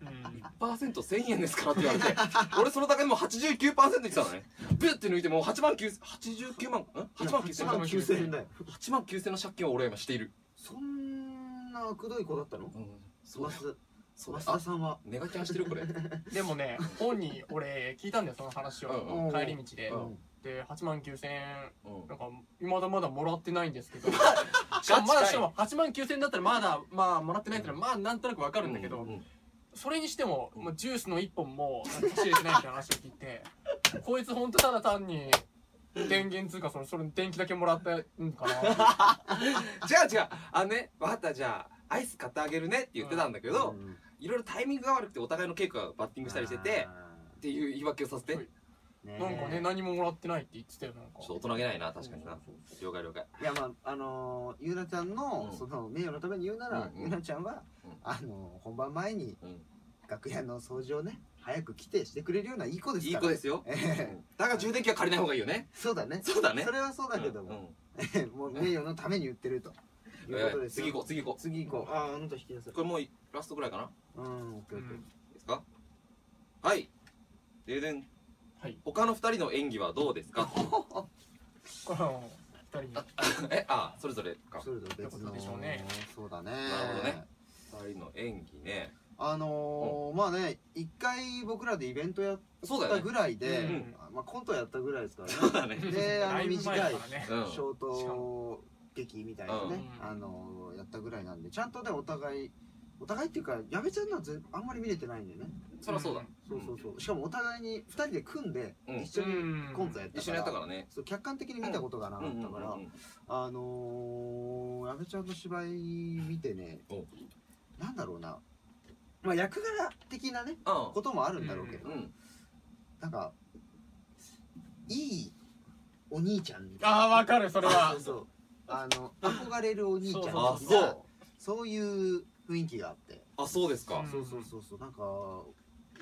[SPEAKER 2] うん
[SPEAKER 1] 1%1000 円ですからって言われて俺その高値もう89%に来たのねビュッて抜いてもう8万9 89万ん8万
[SPEAKER 3] 一
[SPEAKER 1] 9000
[SPEAKER 3] 万
[SPEAKER 1] 万
[SPEAKER 3] 九千円だよ
[SPEAKER 1] 8万9000の借金を俺は今している、
[SPEAKER 3] そんなくどい子だったの
[SPEAKER 1] うん、そう
[SPEAKER 3] 増
[SPEAKER 1] だよ
[SPEAKER 3] 田
[SPEAKER 1] そうだよ
[SPEAKER 3] 増田
[SPEAKER 1] あ
[SPEAKER 3] さんは
[SPEAKER 1] ネガキャンしてるこ れ
[SPEAKER 2] でもね本に俺聞いたんだよその話
[SPEAKER 1] うん
[SPEAKER 2] を帰り道で、
[SPEAKER 1] うん
[SPEAKER 2] で8万9000円
[SPEAKER 1] うん
[SPEAKER 2] なんかまだまだもらってないんですけ どしかもまだしかも8万9000だったらまだまあもらってないってのはまあなんとなくわかるんだけど、
[SPEAKER 1] ううん
[SPEAKER 2] それにしても、
[SPEAKER 1] うん
[SPEAKER 2] まあ、ジュースの1本もなんか走れてないみたいな話を聞い てこいつほんとただ単に電源通貨そのそれ電気だけもらったん かな
[SPEAKER 1] 違う違うあのね分かったじゃあアイス買ってあげるねって言ってたんだけど、
[SPEAKER 3] うん
[SPEAKER 1] いろいろタイミングが悪くてお互いの稽古がバッティングしたりしててっていう言い訳をさせて
[SPEAKER 2] はい
[SPEAKER 1] ち
[SPEAKER 3] あー
[SPEAKER 2] なんかね
[SPEAKER 3] え
[SPEAKER 2] 何ももらってないって言ってたよなんか
[SPEAKER 1] ょっと大人げないな確かにな
[SPEAKER 2] そうそうそ
[SPEAKER 1] 了
[SPEAKER 2] う
[SPEAKER 1] 解了解
[SPEAKER 3] いやまああのーゆうなちゃん
[SPEAKER 1] う
[SPEAKER 3] の
[SPEAKER 1] ん
[SPEAKER 3] その名誉のために言うなら
[SPEAKER 1] うんうん
[SPEAKER 3] ゆうなちゃんは
[SPEAKER 1] うん
[SPEAKER 3] あのー本番前に
[SPEAKER 1] うん
[SPEAKER 3] 楽屋の掃除をね早く来てしてくれるようないい子です
[SPEAKER 1] い
[SPEAKER 3] から
[SPEAKER 1] い子ですよ
[SPEAKER 3] ええ
[SPEAKER 1] だから充電器は借りない方がいいよね
[SPEAKER 3] そうだね
[SPEAKER 1] そうだね
[SPEAKER 3] それはそうだけど
[SPEAKER 1] うん
[SPEAKER 3] ももう名誉のために言ってると
[SPEAKER 1] うん
[SPEAKER 3] いうことですよ
[SPEAKER 1] 次行こう次行こう
[SPEAKER 3] 次行こうあああなた引き出せ
[SPEAKER 1] これもうラストぐらいかな
[SPEAKER 3] うんオッケ
[SPEAKER 2] う
[SPEAKER 3] ーオッケー
[SPEAKER 2] ん
[SPEAKER 1] いいですかはいででん
[SPEAKER 2] はい
[SPEAKER 1] 他の二人の演技はどうです か
[SPEAKER 2] これはもう2人に
[SPEAKER 1] えあそれぞれか
[SPEAKER 3] それぞれ別
[SPEAKER 2] ってこ
[SPEAKER 3] の
[SPEAKER 2] とでしょうね
[SPEAKER 3] そうだね
[SPEAKER 1] なるほどね二人の演技ね
[SPEAKER 3] あのーまあね一回僕らでイベントやっ
[SPEAKER 1] そうだ
[SPEAKER 3] た
[SPEAKER 1] よね
[SPEAKER 3] ぐらいで、
[SPEAKER 2] うん
[SPEAKER 3] まあ、コントやったぐらいですから
[SPEAKER 1] そう
[SPEAKER 3] ね
[SPEAKER 1] だね
[SPEAKER 3] であの
[SPEAKER 2] だいぶ前だからね
[SPEAKER 1] うん
[SPEAKER 3] ショート劇みたいなね、
[SPEAKER 2] うん
[SPEAKER 3] あのーやったぐらいなんでちゃんとねお互いお互いっていうか矢部ちゃんのはぜあんまり見れてないんでね
[SPEAKER 1] そりゃそうだ
[SPEAKER 3] そうそうそうしかもお互いに2人で組んで
[SPEAKER 1] うん
[SPEAKER 3] 一緒にコントや
[SPEAKER 2] っ
[SPEAKER 3] ったから、
[SPEAKER 1] 一緒にやったからね
[SPEAKER 3] そう客観的に見たことがな
[SPEAKER 1] う
[SPEAKER 3] かったから、
[SPEAKER 1] ん
[SPEAKER 3] あのー、矢部ちゃんの芝居見てね
[SPEAKER 1] お
[SPEAKER 3] なんだろうな、まあ、役柄的なね
[SPEAKER 1] あ
[SPEAKER 3] こともあるんだろうけど、
[SPEAKER 1] うん
[SPEAKER 3] なんかいいお兄ちゃんみたいな
[SPEAKER 2] ああわかるそれは
[SPEAKER 3] そうそうあ の憧れるお兄ちゃんみたいな
[SPEAKER 1] あそう
[SPEAKER 3] そういう雰囲気があって、
[SPEAKER 1] あそうですか
[SPEAKER 2] うん
[SPEAKER 3] そうそうそうそうなんか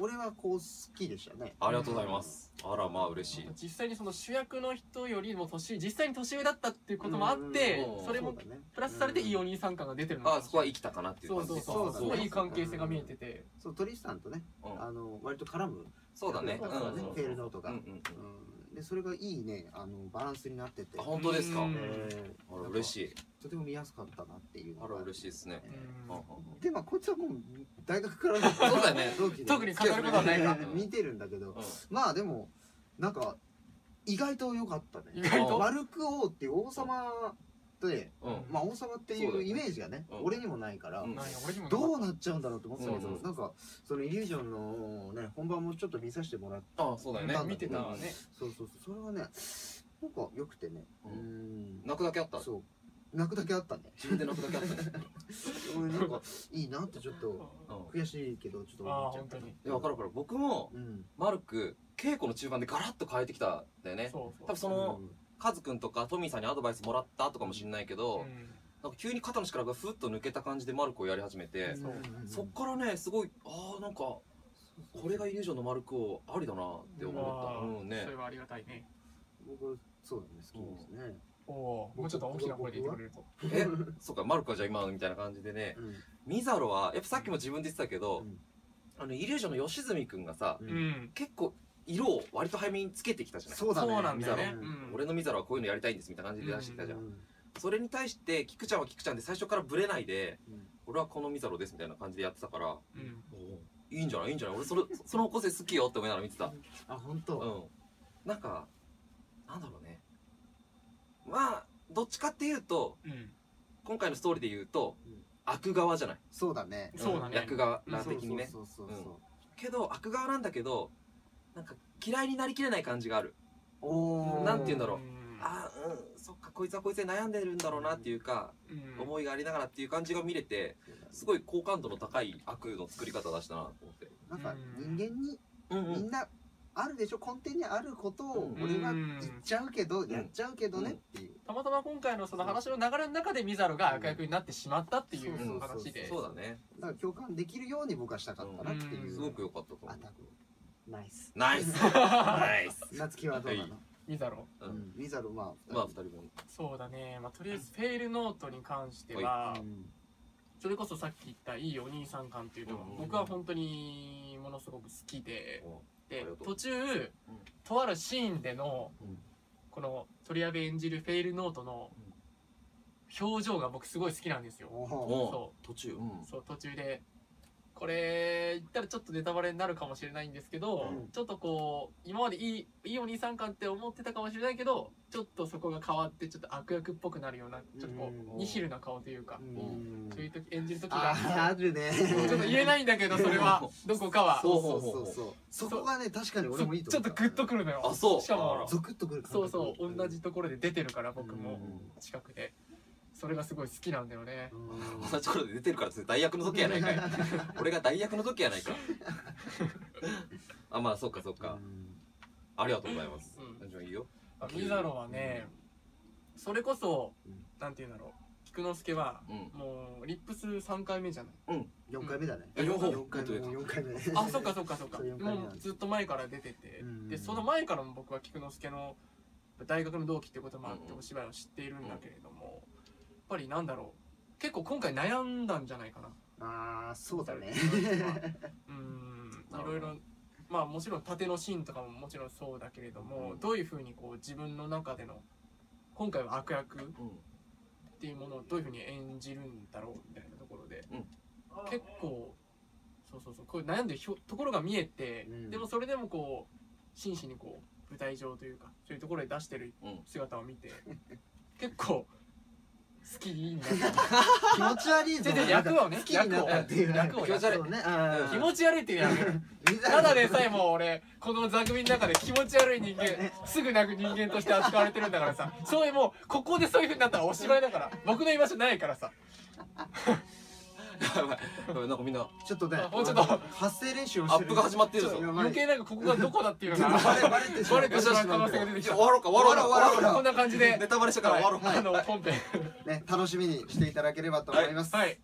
[SPEAKER 3] 俺はこう好きでしたね
[SPEAKER 1] ありがとうございますあらまあ嬉しい
[SPEAKER 2] 実際にその主役の人よりも年実際に年上だったっていうこともあって
[SPEAKER 1] うん
[SPEAKER 2] それも
[SPEAKER 3] そうだね
[SPEAKER 2] プラスされていいお
[SPEAKER 3] うん
[SPEAKER 2] 兄さん感が出てるの
[SPEAKER 1] あ
[SPEAKER 2] かもしれない
[SPEAKER 1] そこは生きたかなっていう
[SPEAKER 2] そう
[SPEAKER 1] 感
[SPEAKER 2] そう
[SPEAKER 1] じ
[SPEAKER 2] そうす
[SPEAKER 3] そう
[SPEAKER 2] ご
[SPEAKER 3] だ
[SPEAKER 2] い
[SPEAKER 3] ね
[SPEAKER 2] いい関係性が見えてて
[SPEAKER 3] そうトリスタンとね、
[SPEAKER 1] うん
[SPEAKER 3] あの割と絡む
[SPEAKER 1] そうだね
[SPEAKER 3] そう
[SPEAKER 2] だね
[SPEAKER 1] うん
[SPEAKER 3] フェールノートが
[SPEAKER 1] うんうんうん
[SPEAKER 3] うんでそれがいいねあのバランスになってて
[SPEAKER 1] あ本当ですか
[SPEAKER 2] うん
[SPEAKER 3] えー
[SPEAKER 1] あら嬉しい
[SPEAKER 3] とても見やすかったなっていうの
[SPEAKER 1] あ
[SPEAKER 3] が
[SPEAKER 1] ら嬉しいですね
[SPEAKER 2] うん
[SPEAKER 1] うんうんうん
[SPEAKER 3] でまあこいつはもう大学から
[SPEAKER 1] そうだよね
[SPEAKER 3] 同期で
[SPEAKER 2] 特に語ることはないか
[SPEAKER 3] 見てるんだけど
[SPEAKER 1] うん
[SPEAKER 3] まあでもなんか意外と良かったね
[SPEAKER 2] 意外と
[SPEAKER 3] 悪く王っていう王様で
[SPEAKER 1] うん
[SPEAKER 3] まあ王様ってい
[SPEAKER 1] そうだよ
[SPEAKER 3] う
[SPEAKER 1] ね
[SPEAKER 3] イメージがね
[SPEAKER 1] うん
[SPEAKER 3] 俺にもないから
[SPEAKER 1] うん
[SPEAKER 2] なんや俺にもなか
[SPEAKER 3] ど
[SPEAKER 2] っ
[SPEAKER 3] うなっちゃうんだろうと思ってたけど
[SPEAKER 1] うん
[SPEAKER 3] なんかそのイリュージョンのね本番もちょっと見させてもらって
[SPEAKER 1] あそうだよね
[SPEAKER 2] た見てた
[SPEAKER 1] うん
[SPEAKER 2] ね
[SPEAKER 3] そうそうそうそれはねなんか良くてね
[SPEAKER 1] う
[SPEAKER 3] うんん
[SPEAKER 1] 泣くだけあった
[SPEAKER 3] そう泣くだけあったね
[SPEAKER 1] 自分で泣くだけあったね
[SPEAKER 3] 俺なんかいいなってちょっと
[SPEAKER 1] うん
[SPEAKER 3] 悔しいけどちょっと
[SPEAKER 2] ああ
[SPEAKER 3] 思っち
[SPEAKER 2] 本
[SPEAKER 3] ゃっ
[SPEAKER 2] 当
[SPEAKER 3] た
[SPEAKER 2] に
[SPEAKER 1] いや分かる分かる僕も
[SPEAKER 3] うん
[SPEAKER 1] マルク稽古の中盤でガラッと変えてきたんだよね
[SPEAKER 2] そう
[SPEAKER 1] 多分その
[SPEAKER 3] うん
[SPEAKER 1] カズくんとかトミーさんにアドバイスもらったとかもしんないけど、
[SPEAKER 2] うん
[SPEAKER 1] なんか急に肩の力がふっと抜けた感じでマルクをやり始めて、
[SPEAKER 2] そうん
[SPEAKER 1] そっからねすごいああなんかこれがイリュージョンのマルクをありだなって思った、うんね
[SPEAKER 2] それはありがたいね
[SPEAKER 3] 僕そうだね好きですね
[SPEAKER 2] おおーもうちょっと大きな声で言ってくれると
[SPEAKER 1] えそうかマルクはじゃあ今のみたいな感じでねミザロはやっぱさっきも自分で言ってたけど、
[SPEAKER 3] うん
[SPEAKER 1] あのイリュージョンの吉住くんがさ、
[SPEAKER 3] う
[SPEAKER 2] うんん
[SPEAKER 1] 結構色を割と早めにつけてきたじゃない
[SPEAKER 3] そうだね
[SPEAKER 2] そうなんだよ
[SPEAKER 3] ミ
[SPEAKER 2] ね
[SPEAKER 3] ザロ
[SPEAKER 2] うん
[SPEAKER 1] 俺のミザロはこういうのやりたいんですみたいな感じで出してきたじゃん、
[SPEAKER 3] うん
[SPEAKER 1] それに対してキクちゃんはキクちゃんで最初からブレないで、
[SPEAKER 3] うん
[SPEAKER 1] 俺はこのミザロですみたいな感じでやってたから
[SPEAKER 2] うん
[SPEAKER 1] いいんじゃないいいんじゃない俺それその個性好きよって思いながら見てた
[SPEAKER 3] あ本
[SPEAKER 1] う
[SPEAKER 3] 当
[SPEAKER 1] ん、なんかなんだろうねまあどっちかっていうと
[SPEAKER 2] うん
[SPEAKER 1] 今回のストーリーで言うと、
[SPEAKER 3] うん
[SPEAKER 1] 悪側じゃない
[SPEAKER 3] そうだね
[SPEAKER 2] そうだね
[SPEAKER 1] 役側
[SPEAKER 2] うん
[SPEAKER 1] 的にね
[SPEAKER 3] そうそうそうそう
[SPEAKER 1] けど悪側なんだけどなんか嫌いになりきれない感じがある
[SPEAKER 3] おー
[SPEAKER 1] なんて言うんだろう
[SPEAKER 2] うん
[SPEAKER 1] ああうんそっかこいつはこいつで悩んでるんだろうなっていうか、
[SPEAKER 2] うん
[SPEAKER 1] 思いがありながらっていう感じが見れてすごい好感度の高い悪の作り方だしたなと思って
[SPEAKER 3] なんか
[SPEAKER 2] うん
[SPEAKER 3] 人間に
[SPEAKER 1] うん
[SPEAKER 3] みんなあるでしょ根底にあることを
[SPEAKER 1] うん
[SPEAKER 3] 俺は言っちゃうけど
[SPEAKER 1] ん
[SPEAKER 3] やっちゃうけどねっていう
[SPEAKER 2] たまたま今回のその話の流れの中でミザロが悪役になってしまったってい
[SPEAKER 3] そうそううそう
[SPEAKER 2] 話で
[SPEAKER 1] そうだね
[SPEAKER 3] だから共感できるように僕はしたかったなっていううん
[SPEAKER 1] すごく良かったと思
[SPEAKER 3] あ
[SPEAKER 1] う
[SPEAKER 3] たくナイス
[SPEAKER 1] ナイス ナイス
[SPEAKER 3] 夏希はどうなの
[SPEAKER 2] ミザロ
[SPEAKER 1] う
[SPEAKER 3] うんんウィザルまあ
[SPEAKER 1] まあ二人も
[SPEAKER 2] そうだねまあとりあえずフェイルノートに関しては
[SPEAKER 3] うん
[SPEAKER 2] それこそさっき言ったいいお兄さん感っていうのは
[SPEAKER 1] うん
[SPEAKER 2] 僕は本当にものすごく好きで
[SPEAKER 1] あ
[SPEAKER 2] で
[SPEAKER 1] りがとう
[SPEAKER 2] 途中とあるシーンでの
[SPEAKER 1] うん
[SPEAKER 2] この鳥矢部演じるフェイルノートの表情が僕すごい好きなんですよ
[SPEAKER 3] おお
[SPEAKER 1] おう
[SPEAKER 2] そ
[SPEAKER 1] 途中うん
[SPEAKER 2] そう途中でこれ言ったらちょっとネタバレになるかもしれないんですけど、
[SPEAKER 3] うん
[SPEAKER 2] ちょっとこう今までいいいいお兄さん感って思ってたかもしれないけどちょっとそこが変わってちょっと悪役っぽくなるようなちょっとこ
[SPEAKER 3] うん
[SPEAKER 2] うニヒルな顔というか、
[SPEAKER 3] うん
[SPEAKER 2] そういう時演じる時が
[SPEAKER 3] ああるね
[SPEAKER 2] ちょっと言えないんだけどそれはどこかは
[SPEAKER 1] そ
[SPEAKER 2] そう
[SPEAKER 1] ほ
[SPEAKER 3] うそうう
[SPEAKER 1] ほうほ
[SPEAKER 3] そううそうそこがね確かに俺もいいと
[SPEAKER 2] ちょ
[SPEAKER 3] 思
[SPEAKER 2] っ
[SPEAKER 3] っ
[SPEAKER 2] と
[SPEAKER 3] た
[SPEAKER 2] グッとくるのよ
[SPEAKER 1] あそう
[SPEAKER 2] しかも
[SPEAKER 1] あ
[SPEAKER 3] ゾクッとくる感
[SPEAKER 2] そう
[SPEAKER 3] 覚
[SPEAKER 2] そう同じところで出てるから僕
[SPEAKER 3] う
[SPEAKER 2] も
[SPEAKER 3] ん
[SPEAKER 2] 近くでそれがすごい好きなんだよね
[SPEAKER 3] うん
[SPEAKER 1] 同じところで出てるからそれ代役の時やないかい俺が代役の時やないかあまあそっかそっか、
[SPEAKER 3] うん
[SPEAKER 1] ありがとうございます
[SPEAKER 2] うん
[SPEAKER 1] じゃあいいよ
[SPEAKER 2] ミザロはねそれこそ
[SPEAKER 3] うん
[SPEAKER 2] なんて言うんだろう菊之助は
[SPEAKER 1] うん
[SPEAKER 2] もうリップス3回目じゃない
[SPEAKER 3] 四回目だね
[SPEAKER 1] え両方
[SPEAKER 3] 四回目
[SPEAKER 1] 本当
[SPEAKER 3] 四回目
[SPEAKER 2] あそっかそっかそっか
[SPEAKER 3] そう四回目
[SPEAKER 2] もうずっと前から出てて
[SPEAKER 3] うん
[SPEAKER 2] でその前からも僕は菊之助の大学の同期ってこともあってお芝居を知っているんだけれどもやっぱりなんだろう結構今回悩んだんじゃないかな
[SPEAKER 3] ああそうだね
[SPEAKER 2] うん
[SPEAKER 1] なるほど
[SPEAKER 2] いろいろまあもちろん縦のシーンとかももちろんそうだけれど
[SPEAKER 1] う
[SPEAKER 2] も、
[SPEAKER 1] ん
[SPEAKER 2] どういうふうにこう自分の中での今回は悪役っ
[SPEAKER 1] うん
[SPEAKER 2] ていうものをどういうふうに演じるんだろうみたいなところで、
[SPEAKER 1] うん
[SPEAKER 2] 結構そうそうそうこう悩んでるひょところが見えて、
[SPEAKER 3] うん
[SPEAKER 2] でもそれでもこう真摯にこう舞台上というかそういうところで出してる
[SPEAKER 1] うん
[SPEAKER 2] 姿を見 て、結構好きに なった
[SPEAKER 3] 気持ち悪いぞ
[SPEAKER 2] 違う違う役をね
[SPEAKER 3] 好きになったっていう
[SPEAKER 2] 役
[SPEAKER 1] 役
[SPEAKER 2] を
[SPEAKER 1] を
[SPEAKER 3] 気持ち悪いねあー
[SPEAKER 2] 気持ち悪いっていうのやめる ただでさえもう俺この座組の中で気持ち悪い人 間すぐ泣く人間として扱われてるんだからさそういうもうここでそういう風になったらおしまいだから僕の居場所ないからさ
[SPEAKER 1] やばいやばいなんかみんな
[SPEAKER 3] ちょっとね
[SPEAKER 2] もうちょっと
[SPEAKER 3] 発声練習を
[SPEAKER 1] ア
[SPEAKER 3] して
[SPEAKER 1] ッ
[SPEAKER 3] る
[SPEAKER 1] プが始まってるぞ
[SPEAKER 3] ちょっとやばい
[SPEAKER 2] 余計なんかここがどこだっていうの が
[SPEAKER 3] バレバレてし
[SPEAKER 2] バ
[SPEAKER 3] まう
[SPEAKER 2] レてしまう可能性が出てき
[SPEAKER 1] 終
[SPEAKER 2] た
[SPEAKER 1] わろうか終わろうか
[SPEAKER 3] 終わろう終わろう終わろ
[SPEAKER 2] こんな感じで
[SPEAKER 1] ネタバレしたから終わろう
[SPEAKER 2] はいあの本編
[SPEAKER 3] ね楽しみにしていただければと思います
[SPEAKER 2] はい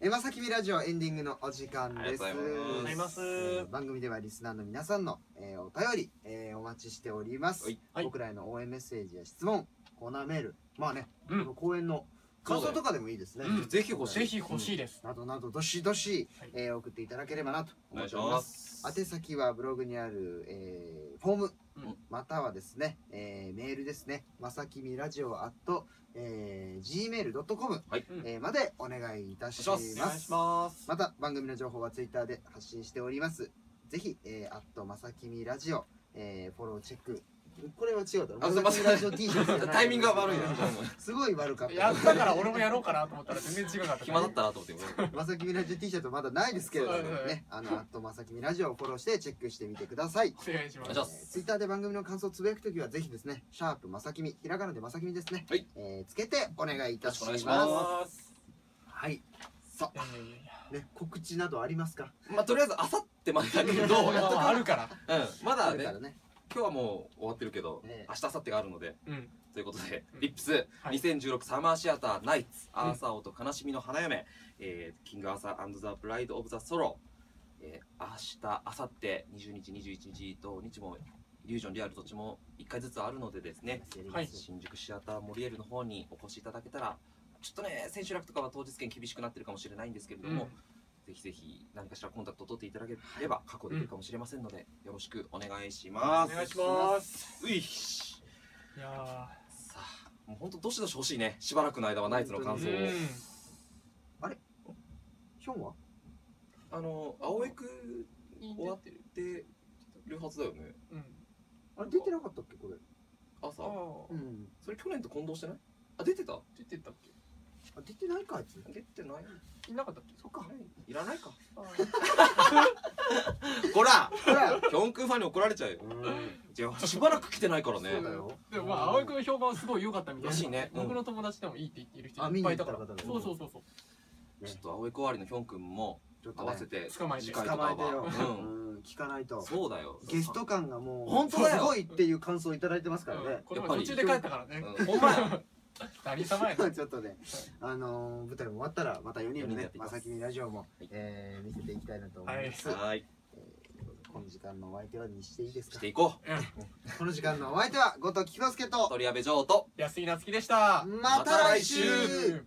[SPEAKER 3] エマサキミラジオエンディングのお時間です。
[SPEAKER 1] ありがとうござ
[SPEAKER 2] います
[SPEAKER 3] えー番組ではリスナーの皆さんの、えーお便り、えーお待ちしております、
[SPEAKER 1] はい
[SPEAKER 2] はい
[SPEAKER 3] 僕らへの応援メッセージや質問、コーナーメール、まあね、
[SPEAKER 2] うん
[SPEAKER 3] この公演の感想とかでもいいですね。
[SPEAKER 2] そうだよ
[SPEAKER 1] ぜひ欲し
[SPEAKER 2] ぜひ欲しいです
[SPEAKER 3] などなどどしどし、
[SPEAKER 2] はい
[SPEAKER 3] えー送っていただければなと
[SPEAKER 1] お願
[SPEAKER 3] 思
[SPEAKER 1] い
[SPEAKER 3] っ
[SPEAKER 1] して
[SPEAKER 3] おり
[SPEAKER 1] ま
[SPEAKER 3] ます。
[SPEAKER 1] す
[SPEAKER 3] 宛先はブログにある、えーフォーム、
[SPEAKER 2] うん
[SPEAKER 3] またはですね、えーメールですね、まさきみラジオ at、えー、gmail.com、
[SPEAKER 1] はい
[SPEAKER 3] えーまでお願いいたし
[SPEAKER 1] お
[SPEAKER 3] ま
[SPEAKER 1] 願いし
[SPEAKER 3] す。
[SPEAKER 2] お願いします
[SPEAKER 3] また番組の情報はツイッターで発信しております。ぜひ、えー、アットまさきみラジオ、えー、フォローチェック。これは違うだろ。
[SPEAKER 1] あ
[SPEAKER 3] まさきみラジオ T シャツじゃな い
[SPEAKER 1] タイミングが悪いな
[SPEAKER 3] すごい悪かっ
[SPEAKER 2] や
[SPEAKER 3] た
[SPEAKER 2] っ。たから俺もやろうかなと思ったら全然違かった
[SPEAKER 1] 暇だったなと思って
[SPEAKER 3] まさきみラジオ T シャツまだないですけれども
[SPEAKER 2] そうだね
[SPEAKER 3] ね、あの、アットまさきみラジオをフォローしてチェックしてみてください。
[SPEAKER 2] お願いしま
[SPEAKER 1] お願いし
[SPEAKER 2] す
[SPEAKER 1] ま
[SPEAKER 3] ツイッターで番組の感想をつぶやくときはぜひですね、シャープまさきみ、ひらがなでまさきみですね、
[SPEAKER 1] はい
[SPEAKER 3] えーつけてお願いいたします。
[SPEAKER 1] よろしくお願いし
[SPEAKER 2] ます
[SPEAKER 3] はい。
[SPEAKER 1] さ
[SPEAKER 2] いやいやいやいや
[SPEAKER 3] ね、告知などありますか
[SPEAKER 1] まあとりあえずあさってまでだけど
[SPEAKER 2] ま
[SPEAKER 1] やっとく
[SPEAKER 2] ああるから
[SPEAKER 1] うんまだ
[SPEAKER 3] ある
[SPEAKER 1] ね
[SPEAKER 3] からね
[SPEAKER 1] 今日はもう終わってるけど、
[SPEAKER 3] ええ
[SPEAKER 1] 明日明後日があるので
[SPEAKER 2] うん
[SPEAKER 1] ということで、
[SPEAKER 2] うん
[SPEAKER 1] リップス、
[SPEAKER 2] はい
[SPEAKER 1] 2016サマーシアターナイツ、
[SPEAKER 2] ん
[SPEAKER 1] アーサー王と悲しみの花嫁、えー、キングアーサーザ・ブライド・オブ・ザ・ソロ、えー、明日、明後日、20日、21日、土日も、イリュージョン、リアル、どっちも1回ずつあるのでですね、
[SPEAKER 2] はい
[SPEAKER 1] 新宿シアターモリエルの方にお越しいただけたら、ちょっとね、千秋楽とかは当日券厳しくなってるかもしれないんですけれども、ぜひぜひ何かしらコンタクトを取っていただければ確保できるかもしれませんので、よろしくお願いし
[SPEAKER 2] お
[SPEAKER 1] ます。
[SPEAKER 2] 願いします
[SPEAKER 1] ういっし
[SPEAKER 2] いや
[SPEAKER 1] さあもうほんとどしどし欲しいねしばらくの間はナイツの
[SPEAKER 2] ー
[SPEAKER 1] 感
[SPEAKER 2] う
[SPEAKER 1] 想を、
[SPEAKER 2] ん
[SPEAKER 3] ヒョンは
[SPEAKER 1] あの青江く終わってるはずだよね
[SPEAKER 2] うん
[SPEAKER 3] あれ出てなかったっけこれ
[SPEAKER 1] 朝
[SPEAKER 2] ああ
[SPEAKER 3] うん
[SPEAKER 1] それ去年と混同してないあ出てた
[SPEAKER 2] 出てたっけ
[SPEAKER 3] あ出てないかあいつ
[SPEAKER 1] 出てない
[SPEAKER 2] いなかったっけ
[SPEAKER 3] そっか
[SPEAKER 1] いらないか
[SPEAKER 2] あー
[SPEAKER 1] ほら
[SPEAKER 3] ほら
[SPEAKER 1] ヒョンくんファンに怒られちゃうよじゃあしばらく来てないからね
[SPEAKER 3] そうだよ
[SPEAKER 2] でもまあ葵君の評判はすごい良かったみたい
[SPEAKER 1] ら
[SPEAKER 2] な
[SPEAKER 1] しいね、うん
[SPEAKER 2] 僕の友達でもいいって言っている人
[SPEAKER 3] あ
[SPEAKER 2] いっぱいいたから
[SPEAKER 3] 見に行った方
[SPEAKER 2] そ
[SPEAKER 3] 々
[SPEAKER 2] うそうそうそう
[SPEAKER 1] ちょっと青江く終わりのヒョンくんも
[SPEAKER 3] ちょっと
[SPEAKER 1] 合
[SPEAKER 3] ね
[SPEAKER 1] わせて
[SPEAKER 2] 捕まえて
[SPEAKER 1] 次回と
[SPEAKER 3] 捕
[SPEAKER 1] か
[SPEAKER 3] まえてよ
[SPEAKER 1] は、
[SPEAKER 3] う
[SPEAKER 1] うん
[SPEAKER 3] ん聞かないと
[SPEAKER 1] そうだよ
[SPEAKER 3] ゲスト感がもう
[SPEAKER 1] 本当だよ
[SPEAKER 3] すごいっていう感想をいただいてますから
[SPEAKER 2] うん
[SPEAKER 3] ね
[SPEAKER 2] これも途中で帰ったからね
[SPEAKER 1] うんほんまや
[SPEAKER 2] 何様やな
[SPEAKER 3] ちょっとね、あのー舞台も終わったらまた4人
[SPEAKER 1] 四人
[SPEAKER 3] の
[SPEAKER 1] でや
[SPEAKER 3] ね
[SPEAKER 1] っていきま
[SPEAKER 3] ますさきみラジオも、
[SPEAKER 1] い
[SPEAKER 3] えー見せていきたいなと思います、
[SPEAKER 1] はい
[SPEAKER 3] この時間のお相手はにしていいです
[SPEAKER 1] し
[SPEAKER 3] か
[SPEAKER 1] ていこ
[SPEAKER 3] この時間のお相手は後藤菊之助
[SPEAKER 1] う
[SPEAKER 3] と
[SPEAKER 1] 鳥矢部城と
[SPEAKER 2] 安井なつきでした
[SPEAKER 3] また来
[SPEAKER 1] ま
[SPEAKER 3] 週
[SPEAKER 1] た来週